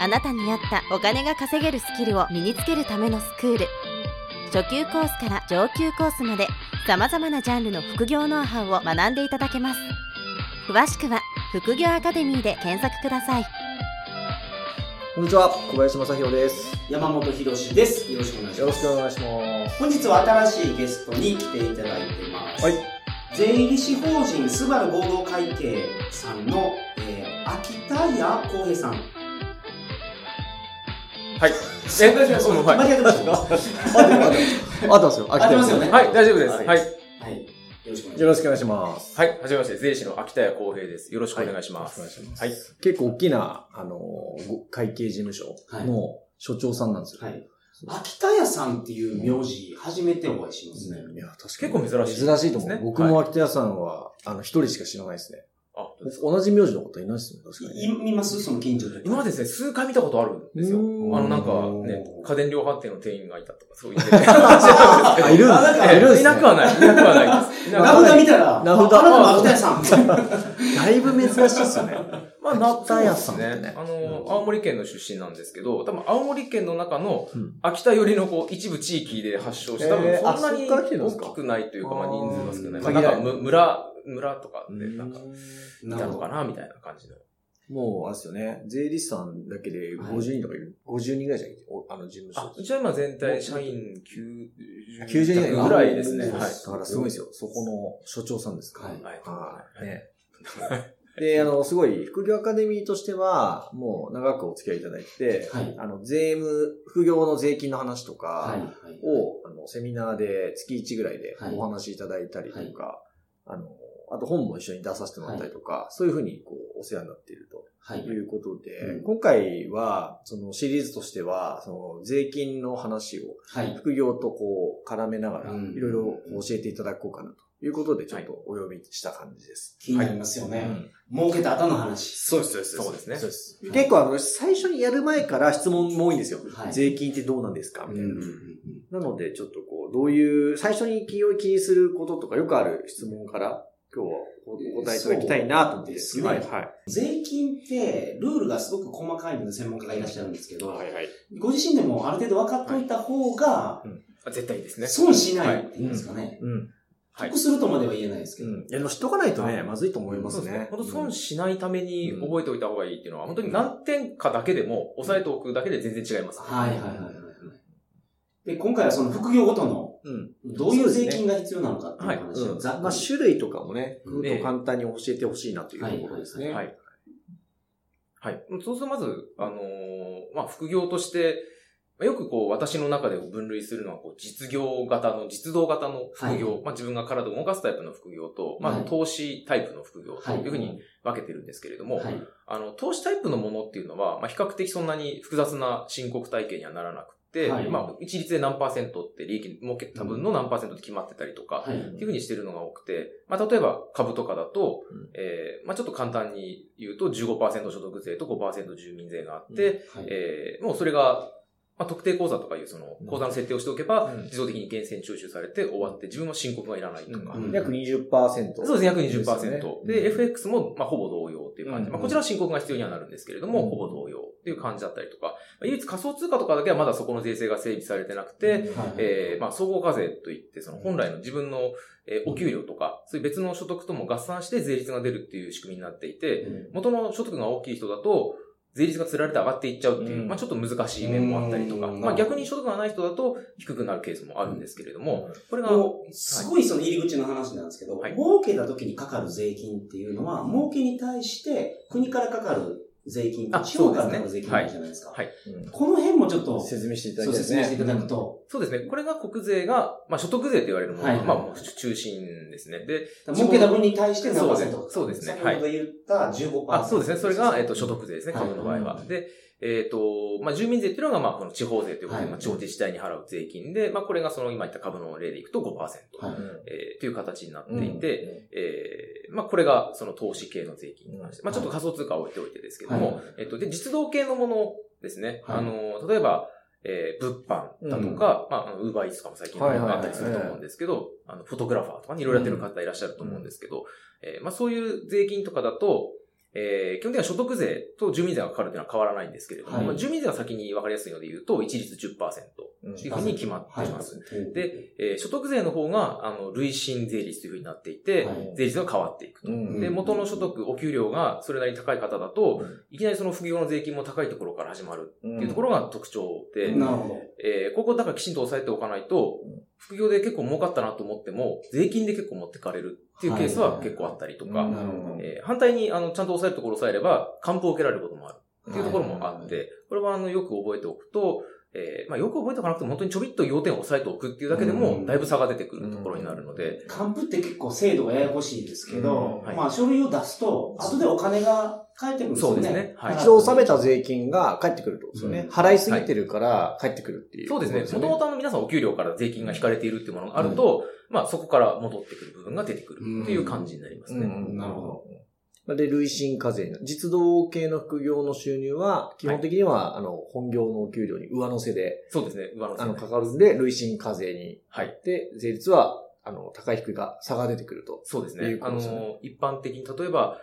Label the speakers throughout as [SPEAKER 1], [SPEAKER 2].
[SPEAKER 1] あなたに合ったお金が稼げるスキルを身につけるためのスクール初級コースから上級コースまでさまざまなジャンルの副業ノウハウを学んでいただけます詳しくは「副業アカデミー」で検索ください
[SPEAKER 2] こんにちは、小林正宏です。
[SPEAKER 3] 山本博史です。よろしくお願いし
[SPEAKER 2] よろ
[SPEAKER 3] ま
[SPEAKER 2] し
[SPEAKER 3] す
[SPEAKER 2] く。お願いします。
[SPEAKER 3] 本日は新しいゲストに来ていただいてます。
[SPEAKER 2] はい。
[SPEAKER 3] 税理士法人スバル合同会計さんの、えー、秋田谷浩平さん。
[SPEAKER 4] はい。
[SPEAKER 3] え
[SPEAKER 4] うんはい
[SPEAKER 3] 間違えてま したか
[SPEAKER 2] 合ってますよ。
[SPEAKER 3] 合ってますよね
[SPEAKER 4] はい、大丈夫です。
[SPEAKER 3] は
[SPEAKER 4] はいい。
[SPEAKER 3] はい。よろしくお願いし
[SPEAKER 2] よろしくお願いし
[SPEAKER 3] ます。
[SPEAKER 2] ます。
[SPEAKER 4] はい、はじめまして、税理士の秋田谷光平です。よろしくお願いします。
[SPEAKER 2] よろしくお願いし
[SPEAKER 4] はい。
[SPEAKER 2] 結構大きな、あのー、ご会計事務所の所長さんなんですよ。
[SPEAKER 3] はい。秋田屋さんっていう名字、初めてお会いしますね。
[SPEAKER 2] いや、確
[SPEAKER 4] 結構珍しい
[SPEAKER 2] 珍しいと思
[SPEAKER 4] で
[SPEAKER 2] う。
[SPEAKER 4] すね
[SPEAKER 2] 僕も秋田屋さんは、あの、一人しか知らないですね。
[SPEAKER 4] あ、どうですか
[SPEAKER 2] 同じ名字のこといないですね、確か
[SPEAKER 3] い
[SPEAKER 2] に。
[SPEAKER 3] 見ますその近所で。
[SPEAKER 4] 今までですね、数回見たことあるんですよ。
[SPEAKER 2] うー
[SPEAKER 4] あ
[SPEAKER 2] ん
[SPEAKER 4] の、なんかね、家電量販店の店員がいたとか、そういうね。
[SPEAKER 2] あ、いるん
[SPEAKER 3] あなん
[SPEAKER 2] だ。
[SPEAKER 3] か
[SPEAKER 2] あいるん
[SPEAKER 4] い
[SPEAKER 2] す
[SPEAKER 4] なくは
[SPEAKER 2] ね。
[SPEAKER 4] ない。いなくはないです。いなく
[SPEAKER 3] 名
[SPEAKER 4] はない
[SPEAKER 3] 札見たら、
[SPEAKER 2] 名札
[SPEAKER 3] ああなたも秋田屋さん みたいな。
[SPEAKER 2] だいぶ珍しいっ すよね。
[SPEAKER 4] まあ、な
[SPEAKER 2] 秋田屋さんってね
[SPEAKER 4] そうですあの、青森県の出身なんですけど、多分青森県の中の
[SPEAKER 2] うん
[SPEAKER 4] 秋田寄りのこう、一部地域で発症して、多
[SPEAKER 2] え
[SPEAKER 4] 分
[SPEAKER 2] ーあ
[SPEAKER 4] そんな
[SPEAKER 2] そっ
[SPEAKER 4] に
[SPEAKER 2] から来てるんですか
[SPEAKER 4] 大きくないというか、まあ人数が少ない。ま
[SPEAKER 2] あー
[SPEAKER 4] あ、なんかむ村、村とかで、なんか、い
[SPEAKER 3] な
[SPEAKER 4] た
[SPEAKER 3] る
[SPEAKER 4] の
[SPEAKER 3] ほど
[SPEAKER 4] かな、みたいな感じの。
[SPEAKER 2] もう、あれですよね。税理士さんだけで50人とかいる。50人ぐらいじゃん。おあの、事務
[SPEAKER 4] あ
[SPEAKER 2] 所、。
[SPEAKER 4] うちは今全体社員
[SPEAKER 2] 90
[SPEAKER 4] 90
[SPEAKER 2] 人
[SPEAKER 4] 人ぐらいですね。
[SPEAKER 3] あ
[SPEAKER 4] はい。
[SPEAKER 2] だからすごいですよ。そこの所長さんですから。
[SPEAKER 3] はい
[SPEAKER 2] はい。ね。で、あの、すごい、副業アカデミーとしては、もう長くお付き合いいただいて、
[SPEAKER 3] はい。
[SPEAKER 2] あの、税務、副業の税金の話と
[SPEAKER 3] は
[SPEAKER 2] か
[SPEAKER 3] い。
[SPEAKER 2] を、あの、セミナーで月1ぐらいで
[SPEAKER 3] はい
[SPEAKER 2] お話しいただいたりとか、あの、あと本も一緒に出させてもらったりとか、そういうふうに、こう、お世話になっていると。
[SPEAKER 3] はい。
[SPEAKER 2] ということで、
[SPEAKER 3] うん
[SPEAKER 2] 今回は、そのシリーズとしては、その税金の話を
[SPEAKER 3] はい。
[SPEAKER 2] 副業とこう絡めながら、
[SPEAKER 3] うん
[SPEAKER 2] いろいろ教えていただこうかなということで、ちょっとお呼びした感じです。
[SPEAKER 3] 気になりますよね。
[SPEAKER 2] うん
[SPEAKER 3] 儲けた後の話。
[SPEAKER 4] そうです、そうです。そうです
[SPEAKER 2] そうです
[SPEAKER 3] は
[SPEAKER 4] ね。
[SPEAKER 3] い
[SPEAKER 2] 結構あの、最初にやる前から質問も多いんですよ。
[SPEAKER 3] はい
[SPEAKER 2] 税金ってどうなんですかみたいな。
[SPEAKER 3] ん。
[SPEAKER 2] なので、ちょっとこう、どういう、最初に気を気にすることとかよくある質問から、今日はお答えいただきたいなと思って
[SPEAKER 3] そう
[SPEAKER 2] は
[SPEAKER 3] で
[SPEAKER 2] い、
[SPEAKER 3] すね
[SPEAKER 2] はい。
[SPEAKER 3] 税金って、ルールがすごく細かいので専門家がいらっしゃるんですけど、
[SPEAKER 2] はい、はい。
[SPEAKER 3] ご自身でもある程度分かっといた方が、
[SPEAKER 4] あ絶対いいですね。
[SPEAKER 3] 損しないっていうんですかね。
[SPEAKER 2] うん。
[SPEAKER 4] はい
[SPEAKER 3] 得。するとまでは言えないですけど。
[SPEAKER 2] うん。いや、でも知っとかないとね、まずいと思いま
[SPEAKER 4] そう
[SPEAKER 2] す
[SPEAKER 4] です
[SPEAKER 2] ね
[SPEAKER 4] ね。。本当損しないために覚えておいた方がいいっていうのは、本当に何点かだけでも、押さえておくだけで全然違います。
[SPEAKER 3] はいはいはいはいはい。で、今回はその副業ごとの、
[SPEAKER 2] うん。
[SPEAKER 3] どういう税金が必要なのかっていう話
[SPEAKER 2] う
[SPEAKER 3] を
[SPEAKER 2] ん
[SPEAKER 3] ざっ
[SPEAKER 2] まあ、
[SPEAKER 3] く
[SPEAKER 2] 種類とかもね、
[SPEAKER 3] うん
[SPEAKER 2] と簡単に教えてほしいなというところですね。
[SPEAKER 3] はい
[SPEAKER 4] はい。はい。そうするとまず、あのーまあ、副業として、まあよくこう、私の中で分類するのは、こう、実業型の、実動型の副業、
[SPEAKER 3] は
[SPEAKER 4] まあ、自分が体を動かすタイプの副業と、ま
[SPEAKER 3] は
[SPEAKER 4] あ、
[SPEAKER 3] い
[SPEAKER 4] 投資タイプの副業と
[SPEAKER 3] はい
[SPEAKER 4] いうふうに分けてるんですけれども、
[SPEAKER 3] はい。
[SPEAKER 4] あの、投資タイプのものっていうのは、まあ、比較的そんなに複雑な申告体系にはならなくて、
[SPEAKER 3] はい
[SPEAKER 4] まあ、一律で何パーセントって利益、儲けた分の何パーセントって決まってたりとか、
[SPEAKER 3] はい。
[SPEAKER 4] っていうふうにしてるのが多くて、まあ、例えば株とかだと、
[SPEAKER 2] うん
[SPEAKER 4] えーまあ、ちょっと簡単に言うと15%所得税と5%住民税があって、
[SPEAKER 3] はい。
[SPEAKER 4] えーもうそれが、まあ、特定口座とかいうその
[SPEAKER 2] うん
[SPEAKER 4] 口座の設定をしておけば、
[SPEAKER 2] うん
[SPEAKER 4] 自動的に源泉徴収されて終わって自分は申告がいらないとか。
[SPEAKER 3] うん
[SPEAKER 2] 約20%。
[SPEAKER 4] そうですね、約20%。
[SPEAKER 2] ですよね
[SPEAKER 4] で、FX も、まあ、ほぼ同様っていう感じ。
[SPEAKER 2] うん
[SPEAKER 4] まあ、こちらは申告が必要にはなるんですけれども、
[SPEAKER 2] うん
[SPEAKER 4] ほぼ同様っていう感じだったりとか、まあ唯一仮想通貨とかだけはまだそこの税制が整備されてなくて、えーまあ、総合課税といって、その本来の自分の、えーお給料とか、そういう別の所得とも合算して税率が出るっていう仕組みになっていて、元の所得が大きい人だと、税率が釣られて上がっていっちゃうっていう、
[SPEAKER 2] うん
[SPEAKER 4] まあちょっと難しい面もあったりとか、
[SPEAKER 3] うん
[SPEAKER 4] まあ逆に所得がない人だと低くなるケースもあるんですけれども、これが、
[SPEAKER 3] もうすごいその入り口の話なんですけど、
[SPEAKER 4] はい
[SPEAKER 3] 儲けた時にかかる税金っていうのは、儲けに対して国からかかる税金と
[SPEAKER 4] あ
[SPEAKER 3] 地方からかかる税金があるじゃないですか。
[SPEAKER 4] はい
[SPEAKER 2] うん
[SPEAKER 3] この辺もちょっと
[SPEAKER 2] 説明していただ
[SPEAKER 3] そう
[SPEAKER 2] きたいです
[SPEAKER 3] 説明
[SPEAKER 2] ね。
[SPEAKER 3] していただくと、
[SPEAKER 4] そうですね、これが国税が、まあ所得税と言われるものが、
[SPEAKER 3] はい
[SPEAKER 4] まあもう中心ですね。で、
[SPEAKER 3] 儲けた分に対して何
[SPEAKER 4] そう
[SPEAKER 3] パー
[SPEAKER 4] で
[SPEAKER 3] セン
[SPEAKER 4] す
[SPEAKER 3] ト
[SPEAKER 4] そうですね
[SPEAKER 3] 先ほど言った15%。
[SPEAKER 4] あ、そうですね。それが、えっと、所
[SPEAKER 3] 得。
[SPEAKER 4] 得税ですね、株の場合は。
[SPEAKER 3] はい
[SPEAKER 4] で、えっ、と、まあ、住民税っていうのが、まあ、この地方税ということで、
[SPEAKER 3] はい
[SPEAKER 4] まあ、地方自治体に払う税金で、まあ、これがその今言った株の例でいくと5%、
[SPEAKER 3] はい
[SPEAKER 4] えーという形になって
[SPEAKER 2] うん
[SPEAKER 4] いて、えーまあ、これがその投資系の税金に関して、まあ、ちょっと仮想通貨は置いておいてですけども、
[SPEAKER 3] はい
[SPEAKER 4] えっと、で、実動系のものですね。
[SPEAKER 3] はい
[SPEAKER 4] あの、例えば、えー物販だとか、まああの、ウーバーイーツとかも最近
[SPEAKER 2] はいはいはい
[SPEAKER 4] あったりすると思うんですけど、あの、フォトグラファーとかにいろいろやってる方いらっしゃると思うんですけど、えーまあ、そういう税金とかだと、えー基本的には所得税と住民税がかかるというのは変わらないんですけれども、
[SPEAKER 3] はい
[SPEAKER 4] まあ住民税が先に分かりやすいので言うと、一律10%というふうに決まっています。で、えー所得税の方が、あの、累進税率というふうになっていて、
[SPEAKER 3] はい
[SPEAKER 4] 税率が変わっていくと。
[SPEAKER 2] うん
[SPEAKER 4] で、元の所得、お給料がそれなりに高い方だと
[SPEAKER 2] うん、
[SPEAKER 4] いきなりその副業の税金も高いところから始まるっていうところが特徴で、
[SPEAKER 3] なるほど。
[SPEAKER 4] えーここだからきちんと押さえておかないと、副業で結構儲かったなと思っても、税金で結構持ってかれるっていうケースは結構あったりと
[SPEAKER 2] うん
[SPEAKER 4] か、
[SPEAKER 3] なるほど。
[SPEAKER 4] えー反対に、あの、ちゃんと押さえるところを押さえれば、還付を受けられることもあるっていうところもあって、これはあの、よく覚えておくと、えーまあ、よく覚えておかなくても本当にちょびっと要点を押さえておくっていうだけで
[SPEAKER 3] う
[SPEAKER 4] も
[SPEAKER 3] ん、
[SPEAKER 4] だいぶ差が出てくるところになるので、
[SPEAKER 3] 還付って結構制度がややこしいですけど、
[SPEAKER 4] うんはい
[SPEAKER 3] まあ書類を出すと、後でお金が返ってくるんですよね。
[SPEAKER 4] そうですねはい
[SPEAKER 2] 一度納めた税金が返ってくるってことですよね。
[SPEAKER 3] うん
[SPEAKER 2] 払いすぎてるから返ってくるっていう、
[SPEAKER 4] そうですね。もとも
[SPEAKER 2] 元
[SPEAKER 4] とあの皆さんお給料から税金が引かれているっていうものがあると、まあそこから戻ってくる部分が出てくるっていう感じになりますね。
[SPEAKER 3] うんなるほ
[SPEAKER 2] ど。で、累進課税の。実動系の副業の収入は、基本的には、あの、本業のお給料に上乗せで、
[SPEAKER 4] そうですね。上乗せ
[SPEAKER 2] あの、かかるんで、累進課税に入って、税率は、あの、高い低いが差が出てくると。
[SPEAKER 4] そうです
[SPEAKER 2] い
[SPEAKER 4] ね
[SPEAKER 2] う。こ
[SPEAKER 4] あ
[SPEAKER 2] とですね
[SPEAKER 4] の、一般的に例えば、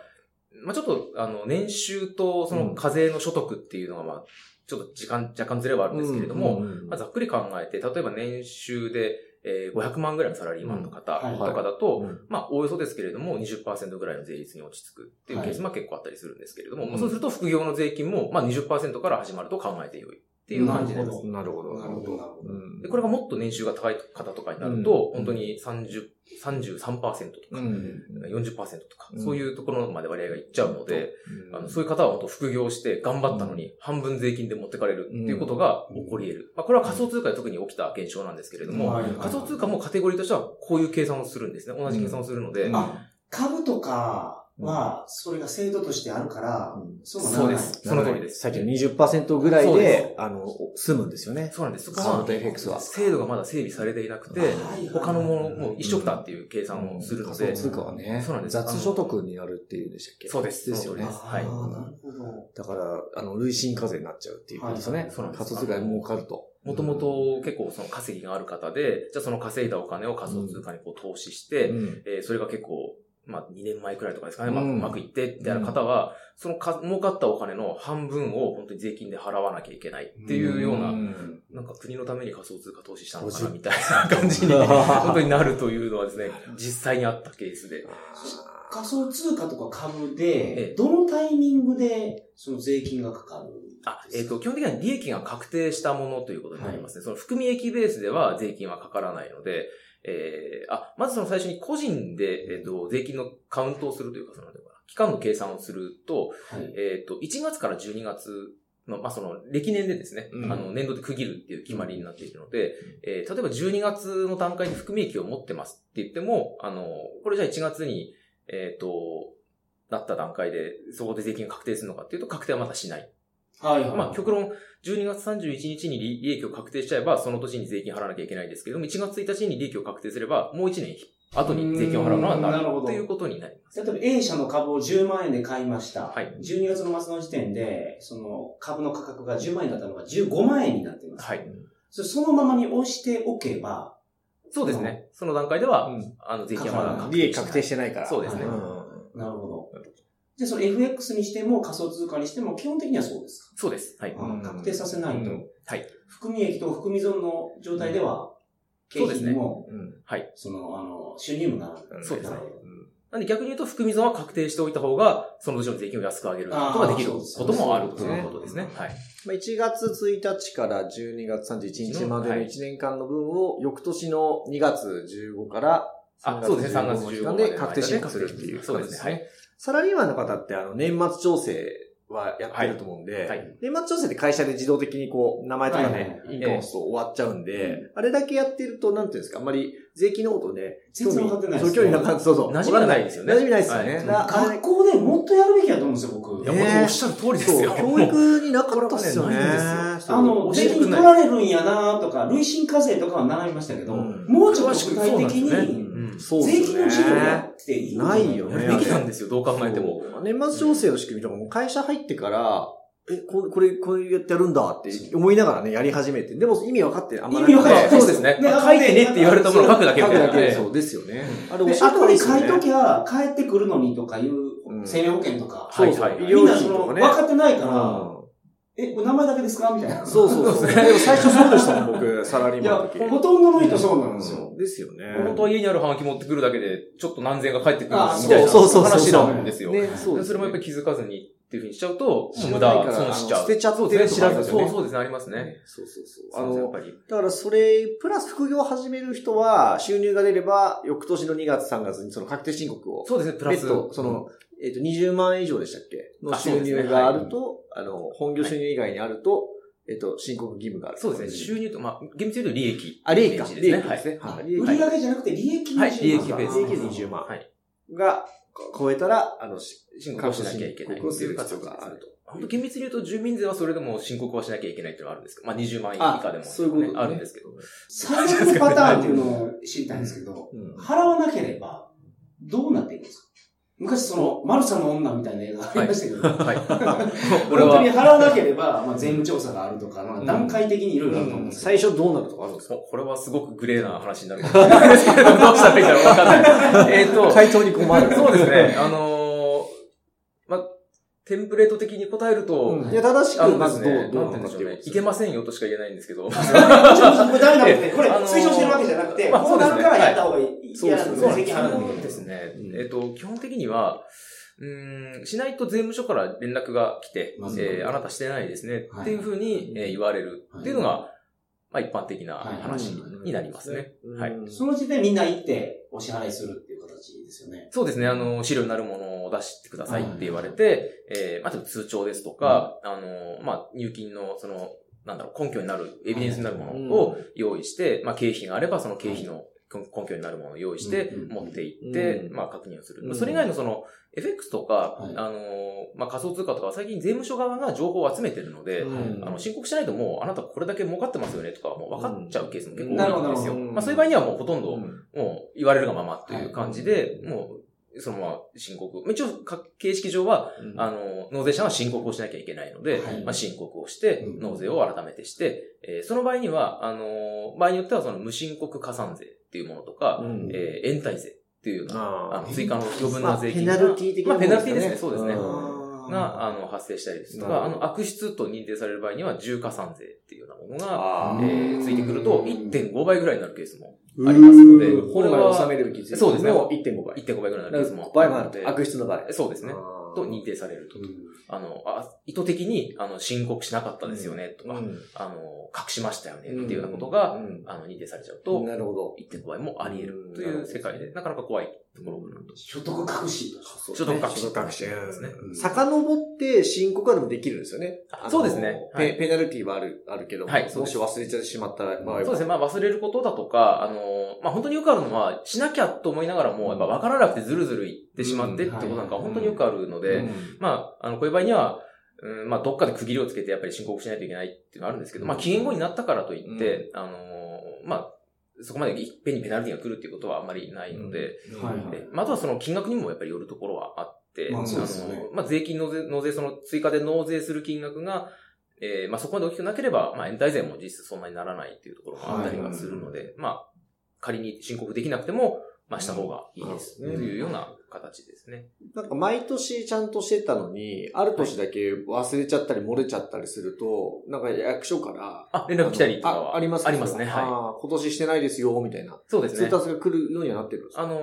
[SPEAKER 4] まあちょっと、あの、年収とその課税の所得っていうのが、まあちょっと時間、若干ずれはあるんですけれども、
[SPEAKER 2] うんうんうん
[SPEAKER 4] まあざっくり考えて、例えば年収で、えー500万ぐらいのサラリーマンの方
[SPEAKER 3] うん
[SPEAKER 4] とかだと、
[SPEAKER 2] うん
[SPEAKER 4] まあ、おおよそですけれども、20%ぐらいの税率に落ち着くっていうケースも結構あったりするんですけれども、
[SPEAKER 2] はい
[SPEAKER 4] まあそうすると副業の税金も、まあ、20%から始まると考えてよいっていう感じになります。
[SPEAKER 2] なるほど。
[SPEAKER 3] なるほどなるほど
[SPEAKER 2] うん
[SPEAKER 4] で、これがもっと年収が高い方とかになる
[SPEAKER 2] う
[SPEAKER 4] と
[SPEAKER 2] ん、
[SPEAKER 4] 本当に30、33%とか、
[SPEAKER 2] うん
[SPEAKER 4] 40%とか、
[SPEAKER 2] うん
[SPEAKER 4] そういうところまで割合がいっちゃうので、あのそう
[SPEAKER 2] いう
[SPEAKER 4] いう方は本当副業して頑張ったのに半分税金で持ってかれるっていうことが起こり得る。まあ、これは仮想通貨で特に起きた現象なんですけれども、
[SPEAKER 3] はい
[SPEAKER 4] 仮想通貨もカテゴリーとしてはこういう計算をするんですね。同じ計算をするので、
[SPEAKER 2] うん
[SPEAKER 3] あ、株とかは、それが制度としてあるから、
[SPEAKER 2] うん
[SPEAKER 3] そうはならない
[SPEAKER 4] そうですその通りです
[SPEAKER 2] さっきの20%ぐらい
[SPEAKER 4] そう
[SPEAKER 2] で
[SPEAKER 4] で、
[SPEAKER 2] あの、済むんですよね。
[SPEAKER 4] そうなんです。そこ
[SPEAKER 2] カウン
[SPEAKER 4] は
[SPEAKER 2] ト、エフェクスは。
[SPEAKER 4] 制度がまだ整備されていなくて
[SPEAKER 3] はいはいはい、
[SPEAKER 4] 他のものも一緒くたっていう計算をするの
[SPEAKER 2] 仮
[SPEAKER 4] で、
[SPEAKER 2] 想通貨はね、
[SPEAKER 4] そうなんです
[SPEAKER 2] 雑所得になるっていうんでしたっけ
[SPEAKER 4] そうです
[SPEAKER 2] ですよね
[SPEAKER 4] そう。ですはい
[SPEAKER 3] あーなるほど。
[SPEAKER 2] だから、あの、累進課税になっちゃうっていうことですよね。
[SPEAKER 3] はい
[SPEAKER 4] そうなんです
[SPEAKER 2] 仮想通貨で儲かると。
[SPEAKER 4] もともと結構その稼ぎがある方で、じゃあその稼いだお金を仮想通貨にこう投資して、
[SPEAKER 2] うん、
[SPEAKER 4] えーそれが結構、まあ2年前くらいとかですかね、まあ
[SPEAKER 2] う
[SPEAKER 4] うんまくいって、みたいな方は、そのか儲かったお金の半分を本当に税金で払わなきゃいけないっていうような、
[SPEAKER 2] ん
[SPEAKER 4] なんか国のために仮想通貨投資したのかなみたいな感 じに、本当になるというのはですね、実際にあったケースで。
[SPEAKER 3] 仮想通貨とか株で
[SPEAKER 4] え、え
[SPEAKER 3] どのタイミングで、その税金がかかるんですか
[SPEAKER 4] あ、えっ、と、基本的には利益が確定したものということになりますね。その含み益ベースでは税金はかからないので、えー、あ、まずその最初に個人で、えっ、と、税金のカウントをするというか、その、なんていうのかな期間の計算をすると、
[SPEAKER 3] はい。
[SPEAKER 4] えっ、と、1月から12月の、まあ、その、歴年でですね、
[SPEAKER 2] うん
[SPEAKER 4] あの、年度で区切るっていう決まりになっているので、えー、例えば12月の段階で含み益を持ってますって言っても、あの、これじゃあ1月に、えっ、と、なった段階で、そこで税金が確定するのかっていうと、確定はまだしない。
[SPEAKER 3] はいはい。
[SPEAKER 4] まあ、極論、12月31日に利利益を確定しちゃえば、その年に税金払わなきゃいけないんですけども、1月1日に利益を確定すれば、もう1年後に税金を払うのはな
[SPEAKER 3] うーんなるほ
[SPEAKER 4] る
[SPEAKER 3] ど
[SPEAKER 4] ということになります。
[SPEAKER 3] 例えば A 社の株を10万円で買いました。
[SPEAKER 4] はい
[SPEAKER 3] 12月の末の時点で、その株の価格が10万円だったのが15万円になっています。
[SPEAKER 4] はい。
[SPEAKER 3] それそのままに押しておけば、
[SPEAKER 4] そうですね。その段階では、
[SPEAKER 2] うん
[SPEAKER 4] あの、税金はまだ確定
[SPEAKER 2] 利益確定してないから。
[SPEAKER 4] そうですね
[SPEAKER 2] ん
[SPEAKER 3] なるほ
[SPEAKER 2] なる
[SPEAKER 3] ど。で、その FX にしても仮想通貨にしても基本的にはそうです
[SPEAKER 4] そうです。はい
[SPEAKER 3] か。。あ
[SPEAKER 2] うん
[SPEAKER 3] 確定させないと。
[SPEAKER 2] うん
[SPEAKER 4] はい。
[SPEAKER 3] 含み益と含み損の状態では、
[SPEAKER 4] うん
[SPEAKER 3] 経
[SPEAKER 4] そうです
[SPEAKER 3] 費
[SPEAKER 4] ね
[SPEAKER 3] にも、
[SPEAKER 2] うん
[SPEAKER 4] はい。
[SPEAKER 3] その、あの、収入もならない。
[SPEAKER 4] そうですね
[SPEAKER 3] なるほど
[SPEAKER 4] なんで逆に言うと、含み損は確定しておいた方が、その年の税金を安く上げることができる
[SPEAKER 3] あー
[SPEAKER 4] こ
[SPEAKER 3] そう
[SPEAKER 4] と
[SPEAKER 3] ですね
[SPEAKER 4] もある
[SPEAKER 3] そ
[SPEAKER 2] で
[SPEAKER 3] う
[SPEAKER 4] と
[SPEAKER 2] すね
[SPEAKER 4] いうことですね。はい。
[SPEAKER 2] まあ1月1日から12月31日までの1年間の分を、翌年の2月15から3
[SPEAKER 4] あ、
[SPEAKER 2] 月
[SPEAKER 4] そうですね。3
[SPEAKER 2] 15
[SPEAKER 4] 月
[SPEAKER 2] の期
[SPEAKER 4] 15
[SPEAKER 2] 間
[SPEAKER 4] まで
[SPEAKER 2] で確定申告するっていう
[SPEAKER 4] そう
[SPEAKER 2] 感
[SPEAKER 4] で
[SPEAKER 2] じ
[SPEAKER 4] すね。はい。
[SPEAKER 2] サラリーマンの方って、あの、年末調整はやってると思うんで、
[SPEAKER 4] はい。
[SPEAKER 2] 年末調整って会社で自動的にこう、名前とかね、
[SPEAKER 3] はい
[SPEAKER 2] インカムを押すと終わっちゃうんで、あれだけやってると、なんていうんですか、あんまり税金のことね、
[SPEAKER 3] 全然わかってない
[SPEAKER 2] そう、興味なかった。そうそう。
[SPEAKER 4] 馴染みがないですよね
[SPEAKER 2] 馴染みないですよね。
[SPEAKER 4] はい
[SPEAKER 2] だからあれ
[SPEAKER 3] 学校でもっとやるべきだと思うんですよ、僕。
[SPEAKER 4] いや、
[SPEAKER 2] ね
[SPEAKER 4] 僕もおっしゃる通りです
[SPEAKER 2] そ
[SPEAKER 4] よ
[SPEAKER 2] う、。教育になかったっすよね
[SPEAKER 4] これはねないん。
[SPEAKER 2] そう
[SPEAKER 3] あの、税金取られるんやなとか、累進課税とかは習いましたけど、
[SPEAKER 2] うん
[SPEAKER 3] もうちょっと具体的
[SPEAKER 4] 詳しくそうな
[SPEAKER 2] う
[SPEAKER 4] んで
[SPEAKER 3] に、
[SPEAKER 2] ん
[SPEAKER 4] うん
[SPEAKER 2] そうです
[SPEAKER 3] 税
[SPEAKER 2] ね
[SPEAKER 3] 金の授業やっていいんじゃ
[SPEAKER 2] ないよね
[SPEAKER 4] べきなんですよ、どう考えても。
[SPEAKER 2] そう年末調整の仕組みとかも会社入ってから、え、これ、これ、これやってやるんだって思いながらね、やり始めて。でも意味分かってあんまなくて
[SPEAKER 3] 意味分かってない
[SPEAKER 4] そうですね。
[SPEAKER 3] ね
[SPEAKER 4] 書いてねって言われたものを書くだけみ
[SPEAKER 2] 書く
[SPEAKER 4] たいな
[SPEAKER 2] だけ
[SPEAKER 4] ね。
[SPEAKER 2] そうですよね。あれ
[SPEAKER 3] で、
[SPEAKER 2] 教え
[SPEAKER 3] あ
[SPEAKER 2] た方
[SPEAKER 3] と
[SPEAKER 2] がい
[SPEAKER 3] に
[SPEAKER 2] いですよ
[SPEAKER 3] 書
[SPEAKER 2] ね
[SPEAKER 3] いときゃ、帰ってくるのにとかいう
[SPEAKER 2] う、ん
[SPEAKER 3] 生命保険とか、
[SPEAKER 2] そうそう、
[SPEAKER 4] はいはいはい
[SPEAKER 2] 医
[SPEAKER 3] みん
[SPEAKER 2] 療
[SPEAKER 3] なそ
[SPEAKER 2] 費と
[SPEAKER 3] の、
[SPEAKER 2] か
[SPEAKER 3] 分
[SPEAKER 2] ね。
[SPEAKER 3] かってないから、
[SPEAKER 2] う
[SPEAKER 3] え、これ名前だけですかみたいな。
[SPEAKER 2] んそうそう そう。でも最初そうでしたもん、僕、サラリー
[SPEAKER 3] い
[SPEAKER 2] マン
[SPEAKER 3] や、
[SPEAKER 2] の時。
[SPEAKER 3] ほとんどの人そうなんですよ。
[SPEAKER 2] うんですよね。
[SPEAKER 4] 本当は家にあるハガキ持ってくるだけで、ちょっと何千円が返ってくるみ
[SPEAKER 3] あ
[SPEAKER 4] たいな
[SPEAKER 2] そうそうそうそう
[SPEAKER 4] 話なんですよ。
[SPEAKER 2] ね、そう
[SPEAKER 4] で
[SPEAKER 2] です
[SPEAKER 4] それもやっぱり気づかずにっていうふうにしちゃうと、もう無
[SPEAKER 2] 知らないか
[SPEAKER 4] 駄、
[SPEAKER 2] ら
[SPEAKER 4] 損しちゃ
[SPEAKER 2] あ
[SPEAKER 4] う。
[SPEAKER 2] の捨てちゃってる
[SPEAKER 4] そうですね、
[SPEAKER 2] とかありますよね
[SPEAKER 4] そうそうですね、ありますね。。
[SPEAKER 2] そうそうそう。
[SPEAKER 4] あ
[SPEAKER 2] あ
[SPEAKER 4] の、やっ
[SPEAKER 2] の、
[SPEAKER 4] ぱり。
[SPEAKER 2] だからそれ、プラス副業を始める人は、収入が出れば、翌年の2月3月にその確定申告を、
[SPEAKER 4] そうですね、プラ
[SPEAKER 2] 別
[SPEAKER 4] ス。
[SPEAKER 2] 途、その、えっと、20万円以上でしたっけの
[SPEAKER 4] あそう
[SPEAKER 2] 収
[SPEAKER 4] ですね
[SPEAKER 2] 入があると、あの、本業収入以外にあると、えっと、申告義務がある。
[SPEAKER 4] そうですね、収入と、まあ、厳密に言うと利益。
[SPEAKER 2] あ、利益か。
[SPEAKER 4] 利
[SPEAKER 2] 利
[SPEAKER 4] 益ですね
[SPEAKER 2] 益ですね。はい。利益
[SPEAKER 3] 売り上げじゃなくて利益の
[SPEAKER 4] はい、利
[SPEAKER 3] 授業
[SPEAKER 4] 益ベース。
[SPEAKER 2] 利益で20万
[SPEAKER 4] はい。
[SPEAKER 2] が超えたら、あの、し
[SPEAKER 4] 申告をしなきゃいけない。
[SPEAKER 2] 申告をする必要があると。
[SPEAKER 4] 本当厳密に言うと、住民税はそれでも申告はしなきゃいけないっていうのはあるんですけど、まあ20万円以下でも、
[SPEAKER 2] あそういうことね
[SPEAKER 4] あるんですけど。
[SPEAKER 3] 最悪のパターンっていうのを知りたいんですけど、
[SPEAKER 2] うん
[SPEAKER 3] 払わなければ、どうなっていくんですか昔その、マルサの女みたいな映画ありましたけど、
[SPEAKER 4] はい。 これ
[SPEAKER 3] 本当に
[SPEAKER 4] は、
[SPEAKER 3] 払わなければ、まあ、税務調査があるとか、まあ段階的にいろいろあると思うんですけ
[SPEAKER 2] 最初どうなるとかあるんですか
[SPEAKER 4] そうこれはすごくグレーな話になるんですけど、どうしたらいいんだろうわかんない。えっと、
[SPEAKER 2] 回答に困る。
[SPEAKER 4] そうですね、あのーまあ、テンプレート的に答えると、
[SPEAKER 2] うん。いや、正し
[SPEAKER 4] あ
[SPEAKER 2] く、
[SPEAKER 4] の
[SPEAKER 2] ま
[SPEAKER 4] で
[SPEAKER 2] ず
[SPEAKER 4] す
[SPEAKER 2] ど
[SPEAKER 4] ね
[SPEAKER 2] う、、ど
[SPEAKER 4] な
[SPEAKER 2] うん
[SPEAKER 4] て
[SPEAKER 2] なの
[SPEAKER 4] 言うんで
[SPEAKER 2] か
[SPEAKER 4] し
[SPEAKER 2] っ
[SPEAKER 4] ょ
[SPEAKER 2] て
[SPEAKER 4] う
[SPEAKER 2] い
[SPEAKER 4] ね
[SPEAKER 2] う。。
[SPEAKER 4] いけませんよとしか言えないんですけど。
[SPEAKER 3] ど。もちろんそこダメなので、これ
[SPEAKER 4] えあのー
[SPEAKER 3] 推奨してるわけじゃなくて、
[SPEAKER 4] まあ
[SPEAKER 3] こうなるからやった方がいい。
[SPEAKER 2] そうですね
[SPEAKER 3] い
[SPEAKER 4] そう
[SPEAKER 3] や
[SPEAKER 4] なん
[SPEAKER 3] 税金
[SPEAKER 4] です基
[SPEAKER 3] 払うべ
[SPEAKER 4] 本
[SPEAKER 3] き
[SPEAKER 4] ですね
[SPEAKER 2] う。ん
[SPEAKER 4] えっと、基本的には、うーん、しないと税務署から連絡が来て、
[SPEAKER 3] まず
[SPEAKER 4] えーあなたしてないですね、
[SPEAKER 3] はい
[SPEAKER 4] っていうふうに、えー言われるっていうのが、まあ一般的な
[SPEAKER 3] はい
[SPEAKER 4] 話になりますね。
[SPEAKER 2] うん
[SPEAKER 4] はい
[SPEAKER 2] うん
[SPEAKER 3] その時点でみんな行って、お支払いするっていう形ですよね。
[SPEAKER 4] そうですね、あの、資料になるものを出してくださいって言われて、えー、まあ、例えば通帳ですとか、あの、まあ、入金の、その、なんだろう、根拠になる、エビデンスになるものを用意して、まあ、経費があれば、その経費の根根拠になるものを用意して
[SPEAKER 3] う、ん
[SPEAKER 4] 持って行って、
[SPEAKER 2] うん
[SPEAKER 4] まあ、確認をする。
[SPEAKER 2] うん
[SPEAKER 4] それ以外の、その、FX とか、
[SPEAKER 3] はい
[SPEAKER 4] あの、まあ、仮想通貨とか、最近税務署側が情報を集めてるので、
[SPEAKER 2] うん
[SPEAKER 4] あの、申告しないともう、あなたこれだけ儲かってますよねとか、もう分かっちゃうケースも結構
[SPEAKER 3] なるほ
[SPEAKER 4] 多い
[SPEAKER 3] ど
[SPEAKER 4] んですよ。
[SPEAKER 2] なるほど
[SPEAKER 4] まあ、そういう場合にはもうほとんど、
[SPEAKER 2] うん
[SPEAKER 4] もう言われるがままという感じで、もうそのまま申告。一応、か形式上は、あの、納税者は申告をしなきゃいけないので、
[SPEAKER 3] はい
[SPEAKER 4] まあ、申告をして
[SPEAKER 3] う、ん
[SPEAKER 4] 納税を改めてして、えーその場合には、あの、場合によってはその無申告加算税っていうものとか、
[SPEAKER 2] うん
[SPEAKER 4] えー延滞税っていうような、あ
[SPEAKER 2] あ
[SPEAKER 4] の追加の余分な税金
[SPEAKER 2] ま
[SPEAKER 4] が、
[SPEAKER 2] あペナルティ的な
[SPEAKER 4] まあ、
[SPEAKER 2] もんですよね
[SPEAKER 4] ペナルティですね、そうですね。
[SPEAKER 2] うん
[SPEAKER 4] が、あの、発生したりですと
[SPEAKER 2] なる
[SPEAKER 4] か、あ
[SPEAKER 2] ほど
[SPEAKER 4] の、悪質と認定される場合には、重加算税っていうようなものが、
[SPEAKER 2] あ
[SPEAKER 4] え
[SPEAKER 2] ー
[SPEAKER 4] ーついてくると、1.5倍ぐらいになるケースも
[SPEAKER 2] うん
[SPEAKER 4] ありますので
[SPEAKER 2] うーん
[SPEAKER 4] これ
[SPEAKER 2] 本
[SPEAKER 4] は
[SPEAKER 2] 来納めるべき税
[SPEAKER 4] そうですね
[SPEAKER 2] の1.5倍。
[SPEAKER 4] 1.5倍ぐらいになるケースも。
[SPEAKER 2] 倍もある
[SPEAKER 4] で
[SPEAKER 2] 悪質の場合。
[SPEAKER 4] そうですね。
[SPEAKER 2] あー
[SPEAKER 4] と認定されると。
[SPEAKER 3] うん
[SPEAKER 4] あの、あ意図的にあの申告しなかったですよね、とか、
[SPEAKER 2] うん
[SPEAKER 4] あの、隠しましたよね、っていうようなことが、
[SPEAKER 2] ん
[SPEAKER 4] あの、認定されちゃうと、
[SPEAKER 2] なるほど。
[SPEAKER 4] 1.5倍もあり得ると
[SPEAKER 2] うん
[SPEAKER 4] い
[SPEAKER 2] な
[SPEAKER 4] う
[SPEAKER 2] るほど
[SPEAKER 4] 世界で、なかなか怖いところかなと。
[SPEAKER 3] 所得隠しとか。
[SPEAKER 4] 所得隠し
[SPEAKER 2] 所得隠しですね
[SPEAKER 3] う。ん
[SPEAKER 2] 遡って申告はでもできるんですよね。
[SPEAKER 4] あそうですね
[SPEAKER 2] あの
[SPEAKER 4] はい
[SPEAKER 2] ペペナルティはある、あるけども、
[SPEAKER 4] はいそう
[SPEAKER 2] も
[SPEAKER 4] で
[SPEAKER 2] し
[SPEAKER 4] す
[SPEAKER 2] 忘れてしまった場合は。
[SPEAKER 4] そうですね。まあ忘れることだとか、あの、まあ本当によくあるのは、しなきゃと思いながらも、やっぱ分からなくてずるずる言ってしまってってことなんか
[SPEAKER 3] うん
[SPEAKER 4] 本当によくあるので、まあ、あの、こういう場合には、うん、まあ、どっかで区切りをつけてやっぱり申告しないといけないっていうのはあるんですけど、まあ、期限後になったからといって、あのーまあ、そこまでいっぺんにペナルティが来るっていうことはあんまりないので、
[SPEAKER 2] うん、
[SPEAKER 3] はい
[SPEAKER 4] でまあ、あとはその金額にもやっぱりよるところはあって、
[SPEAKER 3] まあそうですよ
[SPEAKER 4] の
[SPEAKER 3] ね
[SPEAKER 4] まあ、税金納税、納税、その追加で納税する金額が、えーまあ、そこまで大きくなければ、まあ、延滞税も実質そんなにならないっていうところもあったりはするので、まあ、仮に申告できなくても、まあ、した方がいいです、
[SPEAKER 2] うん
[SPEAKER 4] というような形ですね。
[SPEAKER 2] なんか毎年ちゃんとしてたのに、ある年だけ忘れちゃったり漏れちゃったりすると、なんか役所から、
[SPEAKER 4] あ、連絡来たりとかは
[SPEAKER 2] ああります
[SPEAKER 4] ありますね。はい。
[SPEAKER 2] い。今年してないですよ、みたいな。
[SPEAKER 4] そうです
[SPEAKER 2] 通
[SPEAKER 4] ね。
[SPEAKER 2] 達が来るようにはなってるんですか
[SPEAKER 4] あのー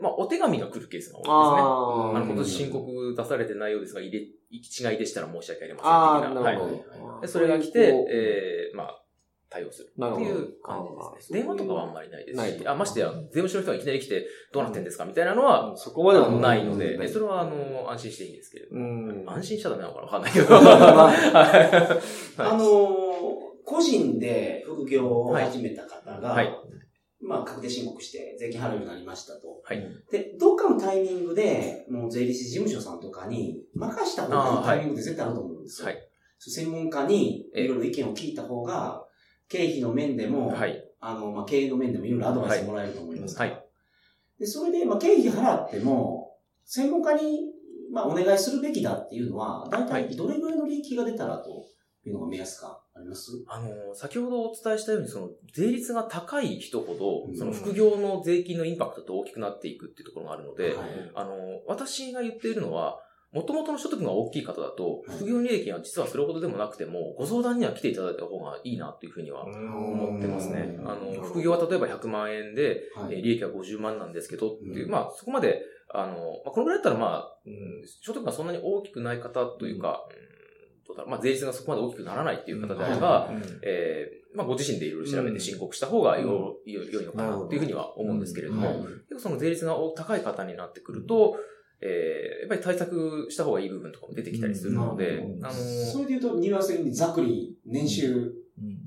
[SPEAKER 4] まあ、お手紙が来るケースが多いですね。あ
[SPEAKER 2] あー
[SPEAKER 4] の、今年申告出されてないようですが、入れ、行き違いでしたら申し訳ありません。
[SPEAKER 2] あ
[SPEAKER 4] 的
[SPEAKER 2] あ、
[SPEAKER 4] な
[SPEAKER 2] なるほ
[SPEAKER 4] はい
[SPEAKER 2] ど。
[SPEAKER 4] で。それが来て、えー、まあ、対応する
[SPEAKER 2] なる
[SPEAKER 4] っ
[SPEAKER 2] ほ
[SPEAKER 4] て
[SPEAKER 2] ど
[SPEAKER 4] いう感じですね。
[SPEAKER 2] あー
[SPEAKER 4] 電話とかはあんまりないで
[SPEAKER 2] ない
[SPEAKER 4] す
[SPEAKER 2] と
[SPEAKER 4] し、
[SPEAKER 2] か
[SPEAKER 4] あましてや、税務署の人がいきなり来て、どうなってんですかみたいなのは、
[SPEAKER 2] そこまでは
[SPEAKER 4] ないので、
[SPEAKER 2] うん
[SPEAKER 4] それは、あの、安心していいんですけれど。
[SPEAKER 2] うん。
[SPEAKER 4] 安心しちゃダメなのかなわかんないけど。
[SPEAKER 3] あの
[SPEAKER 4] は
[SPEAKER 3] ー個人で副業を始めた方が、
[SPEAKER 4] はい
[SPEAKER 3] まあ、確定申告して税金払うようになりましたと。
[SPEAKER 4] い。はい。
[SPEAKER 3] で、どっかのタイミングで、もう税理士事務所さんとかに任した方がいいタイミングって絶対あると思うんですよ。
[SPEAKER 4] はい
[SPEAKER 3] そう専門家に
[SPEAKER 4] ええ
[SPEAKER 3] いろいろ意見を聞いた方が、経費の面でも、
[SPEAKER 4] はい。
[SPEAKER 3] あの、まあ、経営の面でもいろいろアドバイスもらえると思いますから。
[SPEAKER 4] はい
[SPEAKER 3] で、それで、まあ、経費払っても、専門家に、まあ、お願いするべきだっていうのは、大
[SPEAKER 4] は
[SPEAKER 3] 体
[SPEAKER 4] い
[SPEAKER 3] どれぐらいの利益が出たらというのが目安かあります
[SPEAKER 4] あの、先ほどお伝えしたように、その、税率が高い人ほ
[SPEAKER 3] うん
[SPEAKER 4] ど、その、副業の税金のインパクトって大きくなっていくっていうところがあるので、
[SPEAKER 3] はい
[SPEAKER 4] あの、私が言っているのは、元々の所得が大きい方だと、副業履歴は実はそれほどでもなくても、ご相談には来ていただいた方がいいなというふうには思ってますね
[SPEAKER 3] う。ん
[SPEAKER 4] あの、副業は例えば100万円で、
[SPEAKER 3] は
[SPEAKER 4] え
[SPEAKER 3] い
[SPEAKER 4] ー利益は50万なんですけどっていう、
[SPEAKER 3] うん
[SPEAKER 4] まあそこまで、あの、まあ、このぐらいだったらまあ、
[SPEAKER 2] うん
[SPEAKER 4] 所得がそんなに大きくない方というか、うんどうだろうまあ税率がそこまで大きくならないっていう方であれば、
[SPEAKER 3] うん
[SPEAKER 4] えーまあご自身でいろいろ調べ
[SPEAKER 2] う
[SPEAKER 4] て
[SPEAKER 2] ん
[SPEAKER 4] 申告した方がよ、よ良いのかなっていうふうには思うんですけれども、
[SPEAKER 2] はい
[SPEAKER 4] 結構その税率が高い方になってくると、えーやっぱり対策した方がいい部分とかも出てきたりするので、
[SPEAKER 2] うん
[SPEAKER 4] あの、
[SPEAKER 3] それで言うと、ニュアンス的にざっくり、年収、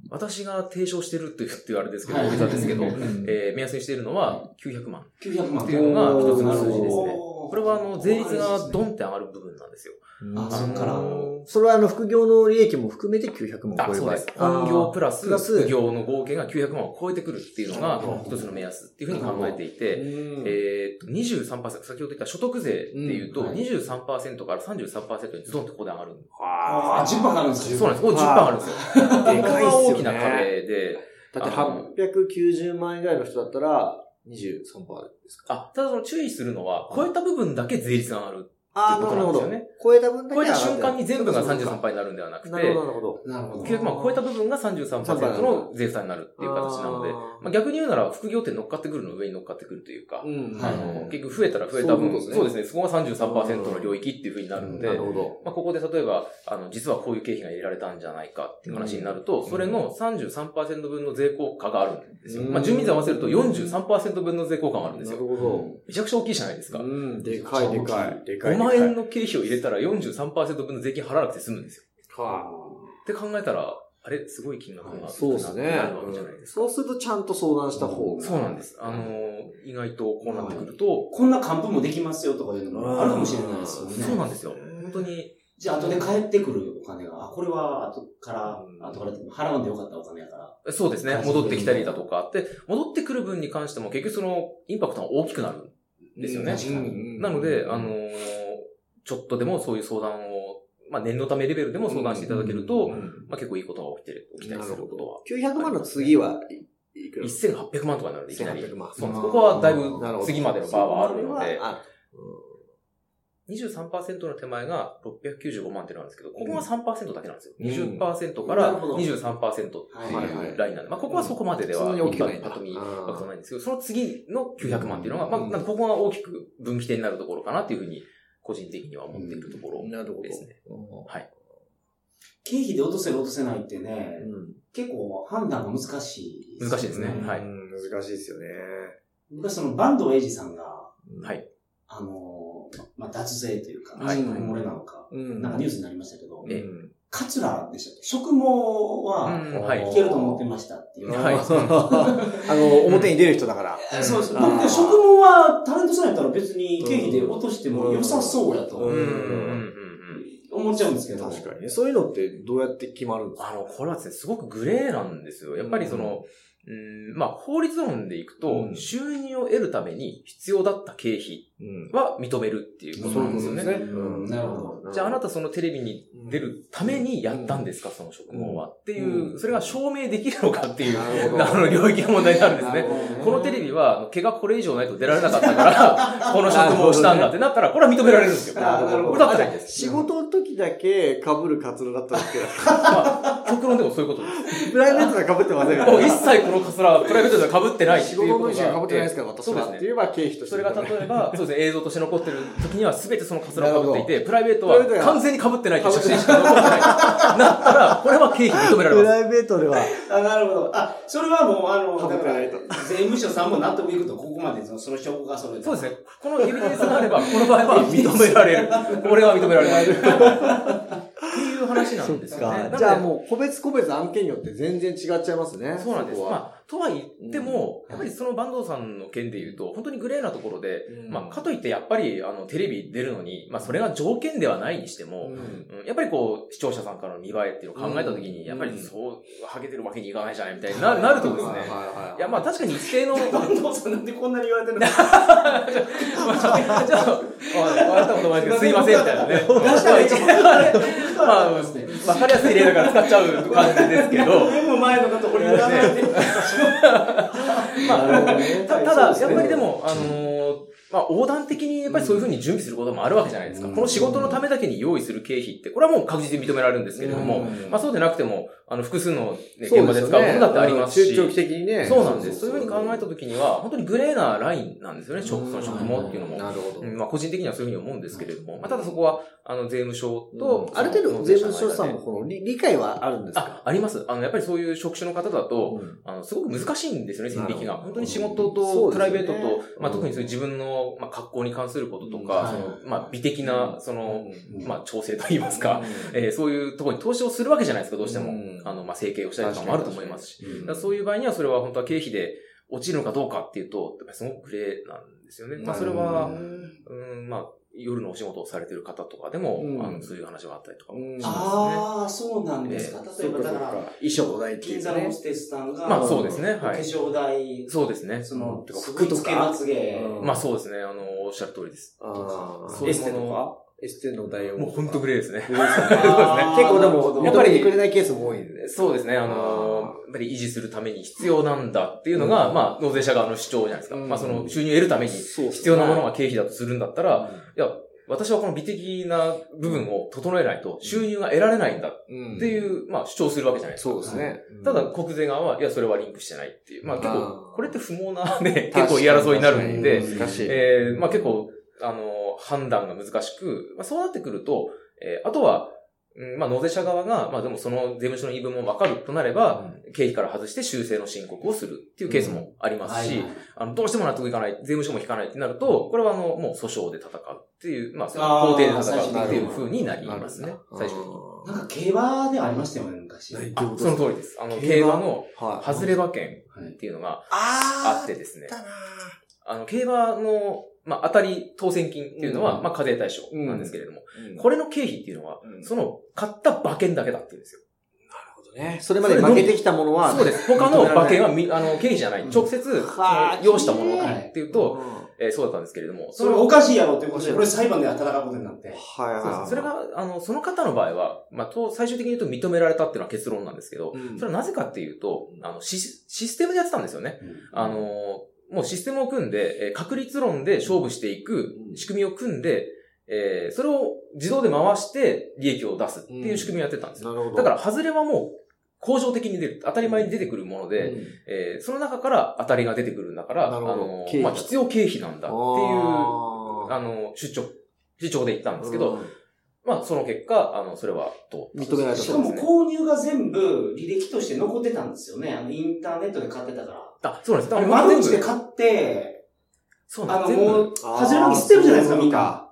[SPEAKER 4] 私が提唱してるというっていうあれですけど、
[SPEAKER 3] はい
[SPEAKER 4] 大げさですけど、
[SPEAKER 2] え
[SPEAKER 4] えー目安にしているのは900万。
[SPEAKER 3] 900万
[SPEAKER 4] っていうのが一つの数字ですね
[SPEAKER 3] こ
[SPEAKER 4] これはあの、税率がドンって上がる部分なんですよ。
[SPEAKER 3] あそっから
[SPEAKER 2] それはあの、副業の利益も含めて900万
[SPEAKER 4] あ、
[SPEAKER 2] 超える
[SPEAKER 4] そう
[SPEAKER 2] 場合
[SPEAKER 4] です。本業プラス
[SPEAKER 2] プラス
[SPEAKER 4] 副業の合計が900万を超えてくるっていうの
[SPEAKER 3] なる
[SPEAKER 4] が
[SPEAKER 3] ほど
[SPEAKER 4] 一つの目安っていうふうに考えていて、
[SPEAKER 2] うん
[SPEAKER 4] えーっと、23%、先ほど言った所得税っていうと、
[SPEAKER 3] うんはい
[SPEAKER 4] 23%から33%にズドンってここで上がる。
[SPEAKER 3] ああ、10%上がるんです
[SPEAKER 4] そうなんです。ここ10%上がるんですよ。ここが大きな壁で、
[SPEAKER 2] だって890万円ぐらいの人だったら23%ですか
[SPEAKER 4] あ、ただその注意するのは、超えた部分だけ税率が上がる。
[SPEAKER 2] あ
[SPEAKER 4] っていうことなんですよね。
[SPEAKER 2] 超えた分だけ
[SPEAKER 4] 超え
[SPEAKER 2] 上が
[SPEAKER 4] た
[SPEAKER 2] ってる
[SPEAKER 4] 瞬間に全部が33%になるんではなくて、
[SPEAKER 2] なるほど、なるほど。
[SPEAKER 3] なるほど。
[SPEAKER 4] 900万を超えた部分が33%の税負担になるっていう形なので、まあ、逆に言うなら副業って乗っかってくるの上に乗っかってくるというか、
[SPEAKER 2] うん
[SPEAKER 3] はい
[SPEAKER 4] あの結局増えたら増えた分、
[SPEAKER 2] そういうことですね
[SPEAKER 4] そうですね、そこが33%の領域っていうふうになるので、
[SPEAKER 2] なるほど。
[SPEAKER 4] まあ、ここで例えば、あの、実はこういう経費が入れられたんじゃないかっていう話になると、それの33%分の税効果があるんですよ。
[SPEAKER 2] うん
[SPEAKER 4] まあ、住民税合わせると43%分の税効果があるんです
[SPEAKER 2] なる
[SPEAKER 4] よ。
[SPEAKER 2] ほど。
[SPEAKER 4] めちゃくちゃ大きいじゃないですか。
[SPEAKER 2] うん、でかいでかい。でかい。
[SPEAKER 4] 5万円の経費を入れたら43%分の税金払わなくて済むんですよ。
[SPEAKER 2] は
[SPEAKER 4] って考えたら、あれ、すごい金額が、
[SPEAKER 2] い。そうですね
[SPEAKER 4] なるわけじゃないですか。。
[SPEAKER 2] そうするとちゃんと相談した方が。
[SPEAKER 4] そうなんです。あの、意外とこうなってくると、
[SPEAKER 3] こんな還付もできますよとかいうのもあるかもしれないですよね。
[SPEAKER 4] そうなんですよ。本当に、
[SPEAKER 3] じゃあ、後で返ってくるお金が、あ、これは後から、
[SPEAKER 2] うん
[SPEAKER 3] 後からって払わんでよかったお金やから。
[SPEAKER 4] そうですね。戻ってきたりだとかあって、戻ってくる分に関しても結局その、インパクトが大きくなるんですよね。
[SPEAKER 3] うん
[SPEAKER 4] なので、あの、ちょっとでもそういう相談を、まあ念のためレベルでも相談していただけると、まあ結構いいことが起きてる、起きたりすることは。
[SPEAKER 2] 900万の次はいいくら
[SPEAKER 4] 1800万とかになるで、いきなり。
[SPEAKER 2] 1800万
[SPEAKER 4] そうなんです。ここはだい
[SPEAKER 2] なるほ
[SPEAKER 4] ぶ
[SPEAKER 2] ど
[SPEAKER 4] 次までのバーはあるの
[SPEAKER 2] そ
[SPEAKER 4] で
[SPEAKER 2] こ、まはあ
[SPEAKER 4] 23%の手前が695万ってのなんですけど、ここが3%だけなんですよ。
[SPEAKER 2] うん
[SPEAKER 4] 20%
[SPEAKER 3] な
[SPEAKER 4] か
[SPEAKER 3] る
[SPEAKER 4] ら
[SPEAKER 3] ほど
[SPEAKER 4] 23%っていうラインなんで、まあここはそこまでで
[SPEAKER 2] そん
[SPEAKER 4] は、
[SPEAKER 2] なに大
[SPEAKER 4] 一
[SPEAKER 2] きく
[SPEAKER 4] 般
[SPEAKER 2] ない
[SPEAKER 4] に
[SPEAKER 2] んだ
[SPEAKER 4] パッと見、
[SPEAKER 2] あー
[SPEAKER 4] わけないんですけど、その次の900万っていうのが、まあ
[SPEAKER 2] うん
[SPEAKER 4] なんかここが大きく分岐点になるところかなっていうふうに、個人的には思っているところ。
[SPEAKER 2] なるほ
[SPEAKER 4] ですね
[SPEAKER 2] ど。
[SPEAKER 4] はい。
[SPEAKER 3] 経費で落とせる落とせないってね、
[SPEAKER 2] うん
[SPEAKER 3] 結構判断が難しい、
[SPEAKER 4] 難しいですね
[SPEAKER 2] うん
[SPEAKER 4] はい
[SPEAKER 2] 難しいですよね。
[SPEAKER 3] 昔その、坂東英二さんが、
[SPEAKER 4] はい。
[SPEAKER 3] あのー、まあ、脱税というか、
[SPEAKER 4] はい
[SPEAKER 3] 人の漏れなのか、
[SPEAKER 2] うん
[SPEAKER 3] なんかニュースになりましたけど、
[SPEAKER 4] え
[SPEAKER 3] カツラでしたっけ職務は、
[SPEAKER 4] うんはい
[SPEAKER 3] いけると思ってましたっていう。
[SPEAKER 4] はい
[SPEAKER 2] あの、表に出る人だから。
[SPEAKER 3] そうです。
[SPEAKER 2] あー
[SPEAKER 3] 僕、職務はタレントさんやったら別に経費で落としても良さそうや
[SPEAKER 2] う
[SPEAKER 4] うんんうんうん
[SPEAKER 3] と
[SPEAKER 4] うん。
[SPEAKER 3] 思っちゃうんですけど。
[SPEAKER 2] 確かにね。そういうのってどうやって決まるんですか
[SPEAKER 4] あの、これはですね、すごくグレーなんですよ。やっぱりその、うん、まあ法律論でいくと、
[SPEAKER 2] うん
[SPEAKER 4] 収入を得るために必要だった経費
[SPEAKER 2] うん。
[SPEAKER 4] は認めるっていうことなんですよね。
[SPEAKER 3] そういうことですねうんなるほ
[SPEAKER 4] じゃああな
[SPEAKER 2] た、
[SPEAKER 4] たそのテレビに出るためにやったんですか、その職務は。っていう、それが証明できるのかっていう、
[SPEAKER 2] なるほど
[SPEAKER 4] あの、領域が問題になるんです
[SPEAKER 3] なる
[SPEAKER 4] ね。
[SPEAKER 3] ほどね
[SPEAKER 4] このテレビは、あの毛がこれ以上ないと出られなかっ たから、この職務をしたんだってなったら、これは認められるんですよ。
[SPEAKER 3] あなるほど
[SPEAKER 4] 歌ったらいいです。
[SPEAKER 2] 仕事の時だけ被る活動だったん ですけど、
[SPEAKER 4] まあ、極論でもそういうことです。
[SPEAKER 2] プライベートでは被ってませんよ
[SPEAKER 4] もう
[SPEAKER 2] ね
[SPEAKER 4] 一切このカスラはプライベートでは被ってないって
[SPEAKER 2] 仕
[SPEAKER 4] いうこ
[SPEAKER 2] 事の
[SPEAKER 4] と
[SPEAKER 2] 時は
[SPEAKER 4] が。
[SPEAKER 2] 被ってないですから、私
[SPEAKER 4] そうで
[SPEAKER 2] は。
[SPEAKER 4] す
[SPEAKER 2] っ
[SPEAKER 4] ね
[SPEAKER 2] て言えば経費として。
[SPEAKER 4] それが例えば、そうですね、映像として残ってる時には全てそのカスラを被ってい
[SPEAKER 2] な
[SPEAKER 4] て、プライベートは
[SPEAKER 2] そういうのが
[SPEAKER 4] 完全に被ってないって写真しか残ってない。なったら、これは経費認められ
[SPEAKER 2] プ
[SPEAKER 4] ます。
[SPEAKER 2] ライベートでは。
[SPEAKER 3] あ、なるほど。あ、それはもう、あの、
[SPEAKER 2] 省
[SPEAKER 3] だ
[SPEAKER 2] か
[SPEAKER 3] から、
[SPEAKER 2] な
[SPEAKER 3] 税
[SPEAKER 2] いと
[SPEAKER 3] 務署さんも納得いくと、ここまでその、その証拠がそれ
[SPEAKER 4] そう ですね。このエビデンスがあ れば、この場合は認められる。 これは認められない。っていう話なんですよね。
[SPEAKER 2] じゃあ
[SPEAKER 4] う。
[SPEAKER 2] もう個別個別案件によって全然違っちゃいますね。
[SPEAKER 4] そうなんです。
[SPEAKER 2] ここは
[SPEAKER 4] まあ、とは言っても、やっぱりその坂東さんの件で言うと、本当にグレーなところで、
[SPEAKER 2] うん
[SPEAKER 4] まあ、かといってやっぱり、あの、テレビ出るのに、まあ、それが条件ではないにしても、
[SPEAKER 2] うん
[SPEAKER 4] うんやっぱりこう、視聴者さんからの見栄えっていうのを考えたときに、
[SPEAKER 2] うん
[SPEAKER 4] やっぱりそう、ハゲてるわけにいかないじゃないみたいにななるとです
[SPEAKER 2] はいはい
[SPEAKER 4] ね。
[SPEAKER 2] はい
[SPEAKER 4] いや、まあ確かに 一定の、ま
[SPEAKER 3] 坂東さんなんでこんなに言われてるのか。
[SPEAKER 4] あちょっと、ちょっと、まあ笑ったこともないですけど、すいませんみたいなね。
[SPEAKER 3] 出したら一番。
[SPEAKER 4] まあ、わかりやすい例だから使っちゃう感じですけ ど、
[SPEAKER 3] でも前の方、俺言わないで。
[SPEAKER 4] まあ
[SPEAKER 2] なるほどね
[SPEAKER 4] たただ、
[SPEAKER 2] そ
[SPEAKER 4] や
[SPEAKER 2] うですね
[SPEAKER 4] っぱりでも、あのーまあ、横断的にやっぱりそういうふうに準備することもあるわけじゃないですか。
[SPEAKER 2] うん
[SPEAKER 4] この仕事のためだけに用意する経費って、これはもう確実に認められるんですけれど
[SPEAKER 2] う
[SPEAKER 4] も、
[SPEAKER 2] ん
[SPEAKER 4] まあそうでなくても、あの、複数の、ね、
[SPEAKER 2] そう
[SPEAKER 4] 現場で使うものだってありますし、
[SPEAKER 2] よね中長期的にね。
[SPEAKER 4] そうなんです。そういうふうに考えたときには、本当にグレーなラインなんですよね、食、その食もっていうのも。
[SPEAKER 2] なるほ
[SPEAKER 4] う
[SPEAKER 2] ど。
[SPEAKER 4] んまあ個人的にはそういうふうに思うんですけれども、まあただそこは、あの、税務署と、
[SPEAKER 2] ある程度、税務署さんもこの理理解はあるんですか
[SPEAKER 4] あ、あります。あの、やっぱりそういう職種の方だと、
[SPEAKER 2] うん
[SPEAKER 4] あの、すごく難しいんですよね、線引き
[SPEAKER 2] なる
[SPEAKER 4] が。
[SPEAKER 2] ほど
[SPEAKER 4] 本当に仕事
[SPEAKER 2] そ
[SPEAKER 4] と
[SPEAKER 2] うで
[SPEAKER 4] プ
[SPEAKER 2] す
[SPEAKER 4] ラ
[SPEAKER 2] よ
[SPEAKER 4] イ
[SPEAKER 2] ね
[SPEAKER 4] ベートと、ま
[SPEAKER 2] う
[SPEAKER 4] あ
[SPEAKER 2] ん
[SPEAKER 4] 特にそういう自分の、まあ格好に関することと
[SPEAKER 2] うん
[SPEAKER 4] か、
[SPEAKER 3] は
[SPEAKER 4] そ
[SPEAKER 3] い
[SPEAKER 4] の、まあ美的な、その、
[SPEAKER 2] うん
[SPEAKER 4] まあ調整と言いますか、
[SPEAKER 2] うん
[SPEAKER 4] えーそういうところに投資をするわけじゃないですか、どうして
[SPEAKER 2] う
[SPEAKER 4] も
[SPEAKER 2] ん。
[SPEAKER 4] あの、まあ整形をしたりとかもあると思いますし。
[SPEAKER 2] 確かに確かに
[SPEAKER 4] だからそういう場合にはそれは本当は経費で落ちるのかどうかっていうと、やっぱりすごくグレーなんですよね。まあそれは、うん、まあ夜のお仕事をされてる方とかでも、
[SPEAKER 2] うん
[SPEAKER 4] あのそういう話はあったりとかも
[SPEAKER 2] うん
[SPEAKER 4] しま
[SPEAKER 3] ああ、そうなんですか。
[SPEAKER 2] そ
[SPEAKER 3] 例え
[SPEAKER 2] う
[SPEAKER 3] ば、
[SPEAKER 2] か
[SPEAKER 3] だ
[SPEAKER 2] そう
[SPEAKER 3] か、
[SPEAKER 2] から衣装代ってい
[SPEAKER 3] 銀
[SPEAKER 2] う
[SPEAKER 3] 座
[SPEAKER 2] か
[SPEAKER 3] のホ
[SPEAKER 2] ね。
[SPEAKER 3] ステスさん
[SPEAKER 4] す
[SPEAKER 3] が、
[SPEAKER 4] ね。まあそうですね。
[SPEAKER 3] お化
[SPEAKER 4] はい。
[SPEAKER 3] 粧代、
[SPEAKER 4] そうですね。
[SPEAKER 3] その、
[SPEAKER 2] てか
[SPEAKER 3] すごい
[SPEAKER 2] 服とか
[SPEAKER 3] つけまつげ。
[SPEAKER 2] うん
[SPEAKER 4] まあそうですね。あの、おっしゃる通りです。
[SPEAKER 2] あー
[SPEAKER 4] そうい
[SPEAKER 2] エ
[SPEAKER 4] う
[SPEAKER 2] ス
[SPEAKER 4] もの
[SPEAKER 2] テとかエステの代を。
[SPEAKER 4] もう本当グレーですね。
[SPEAKER 2] グレーですよね
[SPEAKER 3] あ ー
[SPEAKER 2] 結構で
[SPEAKER 3] なるほ
[SPEAKER 2] も、
[SPEAKER 3] ど
[SPEAKER 2] やっぱりくれないケースも多いんで。
[SPEAKER 4] そうですね。あの、やっぱり維持するために必要なんだっていうのが、
[SPEAKER 2] うん
[SPEAKER 4] まあ、納税者側の主張じゃないですか。
[SPEAKER 2] うん
[SPEAKER 4] まあ、その収入を得るために必要なものが経費だとするんだったら、いや、私はこの美的な部分を整えないと収入が得られないんだっ
[SPEAKER 2] うん
[SPEAKER 4] ていう、まあ、主張するわけじゃないですか。
[SPEAKER 2] そうですね。
[SPEAKER 4] ただ、国税側は、いや、それはリンクしてないっていう。まあ、結
[SPEAKER 2] あ
[SPEAKER 4] 構
[SPEAKER 2] ー、
[SPEAKER 4] これって不毛なね、結構言い争いになるんで、
[SPEAKER 2] 確かに難しい。
[SPEAKER 4] えーまあ結構、あの、判断が難しく、まあそうなってくると、えーあとは、うんまあ納税者側が、まあでもその税務署の言い分もわかるとなれば、経費から外して修正の申告をするっていうケースもありますし、あの、どうしても納得いかない、税務署も引かないってなると、これはあの、もう訴訟で戦うっていう、まあ、その
[SPEAKER 3] あー
[SPEAKER 4] 法廷で戦うっていう風になりますね、最終的に。
[SPEAKER 3] なんか競馬ではありましたよね、昔。
[SPEAKER 2] はい
[SPEAKER 4] あその通りです。あの、
[SPEAKER 2] 競
[SPEAKER 4] 競
[SPEAKER 2] 馬
[SPEAKER 4] 馬の、
[SPEAKER 2] は
[SPEAKER 4] 外れ馬券っていうのがあってですね。あの、競馬の、まあ、当たり当選金っていうのは、
[SPEAKER 2] うん
[SPEAKER 4] まあ、課税対象なんですけれども、
[SPEAKER 2] うん
[SPEAKER 4] これの経費っていうのは、
[SPEAKER 2] うん
[SPEAKER 4] その、買った馬券だけだっていうんですよ。
[SPEAKER 2] ねそれまで負けてきたものは、。
[SPEAKER 4] そうですす。他の馬券はみ、あの、経費じゃない。直接、
[SPEAKER 2] はあ
[SPEAKER 4] その要したもの
[SPEAKER 3] きれい
[SPEAKER 4] っていうと、えーそうだったんですけれども、
[SPEAKER 3] それおかしいやろっていうことで、これ裁判では戦うことになって。
[SPEAKER 2] はいはい
[SPEAKER 4] そう
[SPEAKER 2] は
[SPEAKER 4] で
[SPEAKER 2] い。
[SPEAKER 4] すそれが、あの、その方の場合は、まあ、と、最終的に言うと認められたっていうのは結論なんですけど、
[SPEAKER 2] うん
[SPEAKER 4] それはなぜかっていうと、あの、シスシステムでやってたんですよね。あのー、もうシステムを組んで、えー確率論で勝負していく
[SPEAKER 2] うん
[SPEAKER 4] 仕組みを組んで、えーそれを自動で回して利益を出すっていう仕組みをやってたんですよ。
[SPEAKER 2] なるほど。
[SPEAKER 4] だから、ハズレはもう、恒常的に出る、当たり前に出てくるもの
[SPEAKER 2] うん、
[SPEAKER 4] で、えーその中から当たりが出てくるんだから、
[SPEAKER 2] な
[SPEAKER 4] あ
[SPEAKER 2] るほど
[SPEAKER 4] のー
[SPEAKER 2] 経費だ
[SPEAKER 4] まあ、必要経費なんだってい
[SPEAKER 2] あー
[SPEAKER 4] う、あのー、主張、主張で言ったんですけど、
[SPEAKER 2] うん
[SPEAKER 4] まあ、その結果、あの、それはと。
[SPEAKER 2] 認められた
[SPEAKER 3] し
[SPEAKER 2] と
[SPEAKER 3] か
[SPEAKER 2] こ
[SPEAKER 3] も購入が全部履歴として残ってたんですよね。あの、インターネットで買ってたから。
[SPEAKER 4] あ、そうなんです。
[SPEAKER 3] あ
[SPEAKER 4] だ
[SPEAKER 3] れ、
[SPEAKER 4] から
[SPEAKER 3] 窓口
[SPEAKER 4] 全
[SPEAKER 3] で
[SPEAKER 4] 部
[SPEAKER 3] 買って、
[SPEAKER 4] そう
[SPEAKER 3] あ
[SPEAKER 4] なん
[SPEAKER 3] の、
[SPEAKER 4] です。全
[SPEAKER 3] も
[SPEAKER 4] 部
[SPEAKER 3] う、
[SPEAKER 2] あー
[SPEAKER 3] 外れの捨てるじゃないですか、みんな。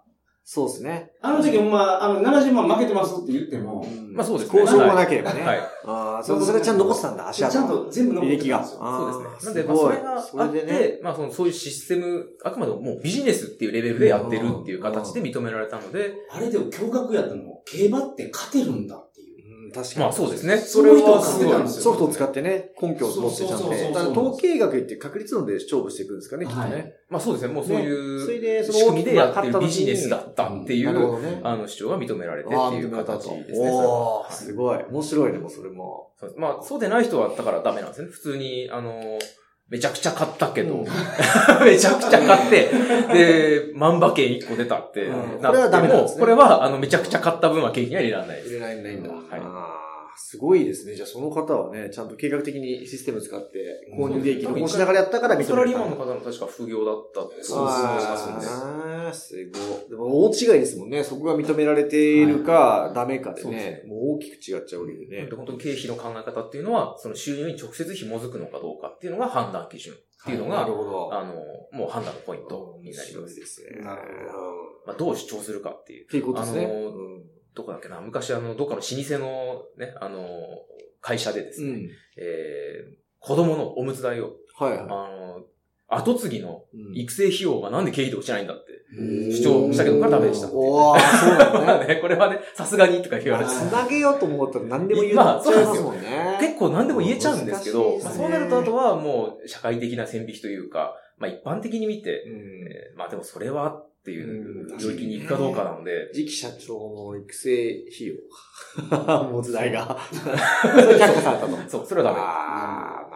[SPEAKER 2] そうですね。
[SPEAKER 3] あの時、ほんま、あの、70万負けてますって言っても、
[SPEAKER 4] まあそうですね
[SPEAKER 2] 交渉がなければね。
[SPEAKER 4] はい。
[SPEAKER 2] ああ、それそれちゃんと残ってたんだ、
[SPEAKER 3] ち
[SPEAKER 2] 足
[SPEAKER 3] ゃ
[SPEAKER 2] 跡。
[SPEAKER 3] んと全部残
[SPEAKER 2] 履
[SPEAKER 3] って
[SPEAKER 2] 歴
[SPEAKER 3] た
[SPEAKER 2] が。
[SPEAKER 3] ん
[SPEAKER 2] あ
[SPEAKER 3] ですよ。
[SPEAKER 2] ー
[SPEAKER 4] そうですね。なんで、まあ、
[SPEAKER 2] ご
[SPEAKER 4] そ
[SPEAKER 2] い
[SPEAKER 4] れが
[SPEAKER 2] そ
[SPEAKER 4] あっ
[SPEAKER 2] れ
[SPEAKER 4] て、
[SPEAKER 2] でね。
[SPEAKER 4] まあ、その、そういうシステム、あくまでももうビジネスっていうレベルでやってるっていう形で認められたので、
[SPEAKER 3] あれでも驚愕やったの、競馬って勝てるんだっていう。
[SPEAKER 2] うん確かに。
[SPEAKER 4] まあ、そうですね。
[SPEAKER 3] それはすごい
[SPEAKER 2] ソフトを使ってね、根拠を持ってちゃんと
[SPEAKER 3] そうそうそうそ
[SPEAKER 2] ね。
[SPEAKER 3] う
[SPEAKER 2] だから統計学って確率論で勝負していくんですかね、きっと
[SPEAKER 3] は
[SPEAKER 2] ね
[SPEAKER 3] い。
[SPEAKER 4] まあ、そうですね。もうそう
[SPEAKER 2] ねそれ
[SPEAKER 4] いう、
[SPEAKER 2] で、その
[SPEAKER 4] 仕組みでやっ
[SPEAKER 2] 大き
[SPEAKER 4] てる
[SPEAKER 2] く
[SPEAKER 4] ビジネスだったってい
[SPEAKER 2] なる
[SPEAKER 4] う、
[SPEAKER 2] ほどね。
[SPEAKER 4] あの、主張が認められてっ
[SPEAKER 2] あー
[SPEAKER 4] ていう
[SPEAKER 2] 認
[SPEAKER 4] 形
[SPEAKER 2] められたと
[SPEAKER 4] ですね。それは
[SPEAKER 2] おー、すごい。面白いね、もうそれも。
[SPEAKER 4] そうですまあ、そうでない人は、だからダメなんですよね。普通に、あの、めちゃくちゃ買ったけど、
[SPEAKER 2] うん
[SPEAKER 4] めちゃくちゃ買って、で、万馬券1個出たって
[SPEAKER 2] うん
[SPEAKER 4] な
[SPEAKER 2] これは
[SPEAKER 4] っ
[SPEAKER 2] ダ
[SPEAKER 4] て
[SPEAKER 2] メなん
[SPEAKER 4] も
[SPEAKER 2] です、ね
[SPEAKER 4] これは、あの、めちゃくちゃ買った分は経費には入れられないです
[SPEAKER 2] 入。れられないんだ。
[SPEAKER 4] はい
[SPEAKER 2] あーすごいですね。じゃあその方はね、ちゃんと計画的にシステム使って、購入利益残しながらやったから認め
[SPEAKER 4] サ
[SPEAKER 2] ら
[SPEAKER 4] ラ
[SPEAKER 2] れ
[SPEAKER 4] リー
[SPEAKER 2] た
[SPEAKER 4] マンの方も確か副業だったって
[SPEAKER 3] そうそう
[SPEAKER 4] そうそう
[SPEAKER 2] あーすごい。でも大違いですもんね。そこが認められているか、ダメかで
[SPEAKER 4] そうで
[SPEAKER 2] ね。もう大きく違っちゃうわけでね
[SPEAKER 4] で。本当に経費の考え方っていうのは、その収入に直接紐づくのかどうかっていうのが判断基準っていうのが、
[SPEAKER 2] なるほど。
[SPEAKER 4] あの、もう判断のポイントになります。
[SPEAKER 2] す
[SPEAKER 3] なる
[SPEAKER 4] まあ、どう主張するかっていう。
[SPEAKER 2] っていうことですね。
[SPEAKER 4] あのーどこだっけな昔あの、どっかの老舗のね、あの、会社でですね、
[SPEAKER 2] ん。
[SPEAKER 4] えー、子供のおむつ代を、
[SPEAKER 2] はい
[SPEAKER 4] あ
[SPEAKER 2] は
[SPEAKER 4] の、後継ぎの
[SPEAKER 2] い。うん
[SPEAKER 4] 育成費用がなんで経費で落ちないんだって
[SPEAKER 3] うん
[SPEAKER 4] 主張したけど、これはダメでしたっていうね。
[SPEAKER 2] おーそうなんだね
[SPEAKER 4] まあね これはね、さすがにとか言われて。
[SPEAKER 2] つなげようと思ったら何でも言えちゃいますもんね。
[SPEAKER 4] 結構何でも言えちゃうんですけど、
[SPEAKER 2] 難しい
[SPEAKER 4] ま
[SPEAKER 2] で
[SPEAKER 4] あ、
[SPEAKER 2] す
[SPEAKER 4] そ
[SPEAKER 2] ね
[SPEAKER 4] うなるとあとはもう社会的な線引きというか、まあ一般的に見て、
[SPEAKER 2] うん
[SPEAKER 4] えーまあでもそれはっていう
[SPEAKER 2] うん
[SPEAKER 4] 領域に行くかどうかなので、
[SPEAKER 2] 次期社長の育成費用か。 もう時代が。それ却下されたと。
[SPEAKER 4] そう、それはダメ。
[SPEAKER 2] ああ、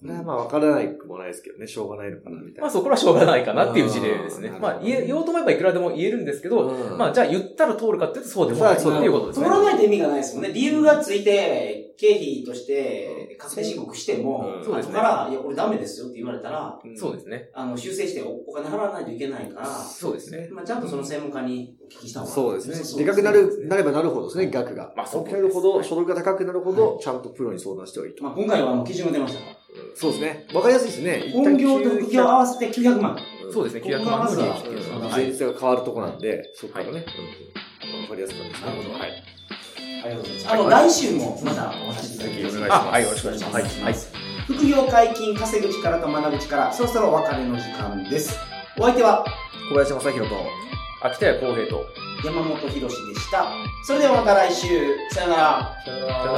[SPEAKER 2] まあ、これはまあ分からないくもないですけどね、しょうがないのかな、みたい
[SPEAKER 4] まあ
[SPEAKER 2] な。
[SPEAKER 4] そこはしょうがないかなっていう事例ですね
[SPEAKER 2] あ。ー
[SPEAKER 4] ま
[SPEAKER 2] なる
[SPEAKER 4] あ
[SPEAKER 2] ほど
[SPEAKER 4] 言え、言おうと思えばいくらでも言えるんですけど、
[SPEAKER 2] うん
[SPEAKER 4] まあじゃあ言ったら通るかっていうとそうでもないって
[SPEAKER 2] そうだ
[SPEAKER 4] いうことです
[SPEAKER 3] 通
[SPEAKER 4] ね。
[SPEAKER 3] らないと意味がないですもんね。理由がついて、経費として、確定申告しても
[SPEAKER 2] う、ん
[SPEAKER 4] そうです
[SPEAKER 3] 後
[SPEAKER 4] ね
[SPEAKER 3] から、いや、これダメですよって言われたら、
[SPEAKER 4] そうですね。
[SPEAKER 3] あの、修正しておお金払わないといけないから、
[SPEAKER 4] そうですね。
[SPEAKER 3] まあ、ちゃんとその専門家にお聞きした方が
[SPEAKER 2] そうですね。でかくなる、なればなるほどですね、額が。
[SPEAKER 4] まあそう
[SPEAKER 2] 大
[SPEAKER 4] で
[SPEAKER 2] き
[SPEAKER 4] す
[SPEAKER 2] くなるほど、所得が高くなるほど、ちゃんとプロに相談してはいいと。
[SPEAKER 3] まあ、今回はあの、基準が出ましたから。
[SPEAKER 2] そうですね。わかりやすいですね。
[SPEAKER 3] 本業と副業合わせて900万。
[SPEAKER 4] そう
[SPEAKER 2] で
[SPEAKER 4] ですね、900万の利益っていうのは。
[SPEAKER 2] す。
[SPEAKER 4] はい
[SPEAKER 2] 税率が変わるとこなんで、そこからね。
[SPEAKER 4] は
[SPEAKER 2] わ
[SPEAKER 4] い
[SPEAKER 2] かりやすくなるんですね。
[SPEAKER 4] はい。
[SPEAKER 3] ありがとうございます。あの、来週もまたお話しいただきます。
[SPEAKER 4] あ、はい、よろしくお願いします。
[SPEAKER 3] は
[SPEAKER 4] はいい。はい
[SPEAKER 3] 副業解禁、稼ぐ力と学ぶ力、そろそろお別れの時間です。お相手は
[SPEAKER 2] 小林正宏と、
[SPEAKER 4] 秋田谷公平と。
[SPEAKER 3] 山本博史でした。それではまた来週。さよなら。
[SPEAKER 2] さよな
[SPEAKER 4] さよなら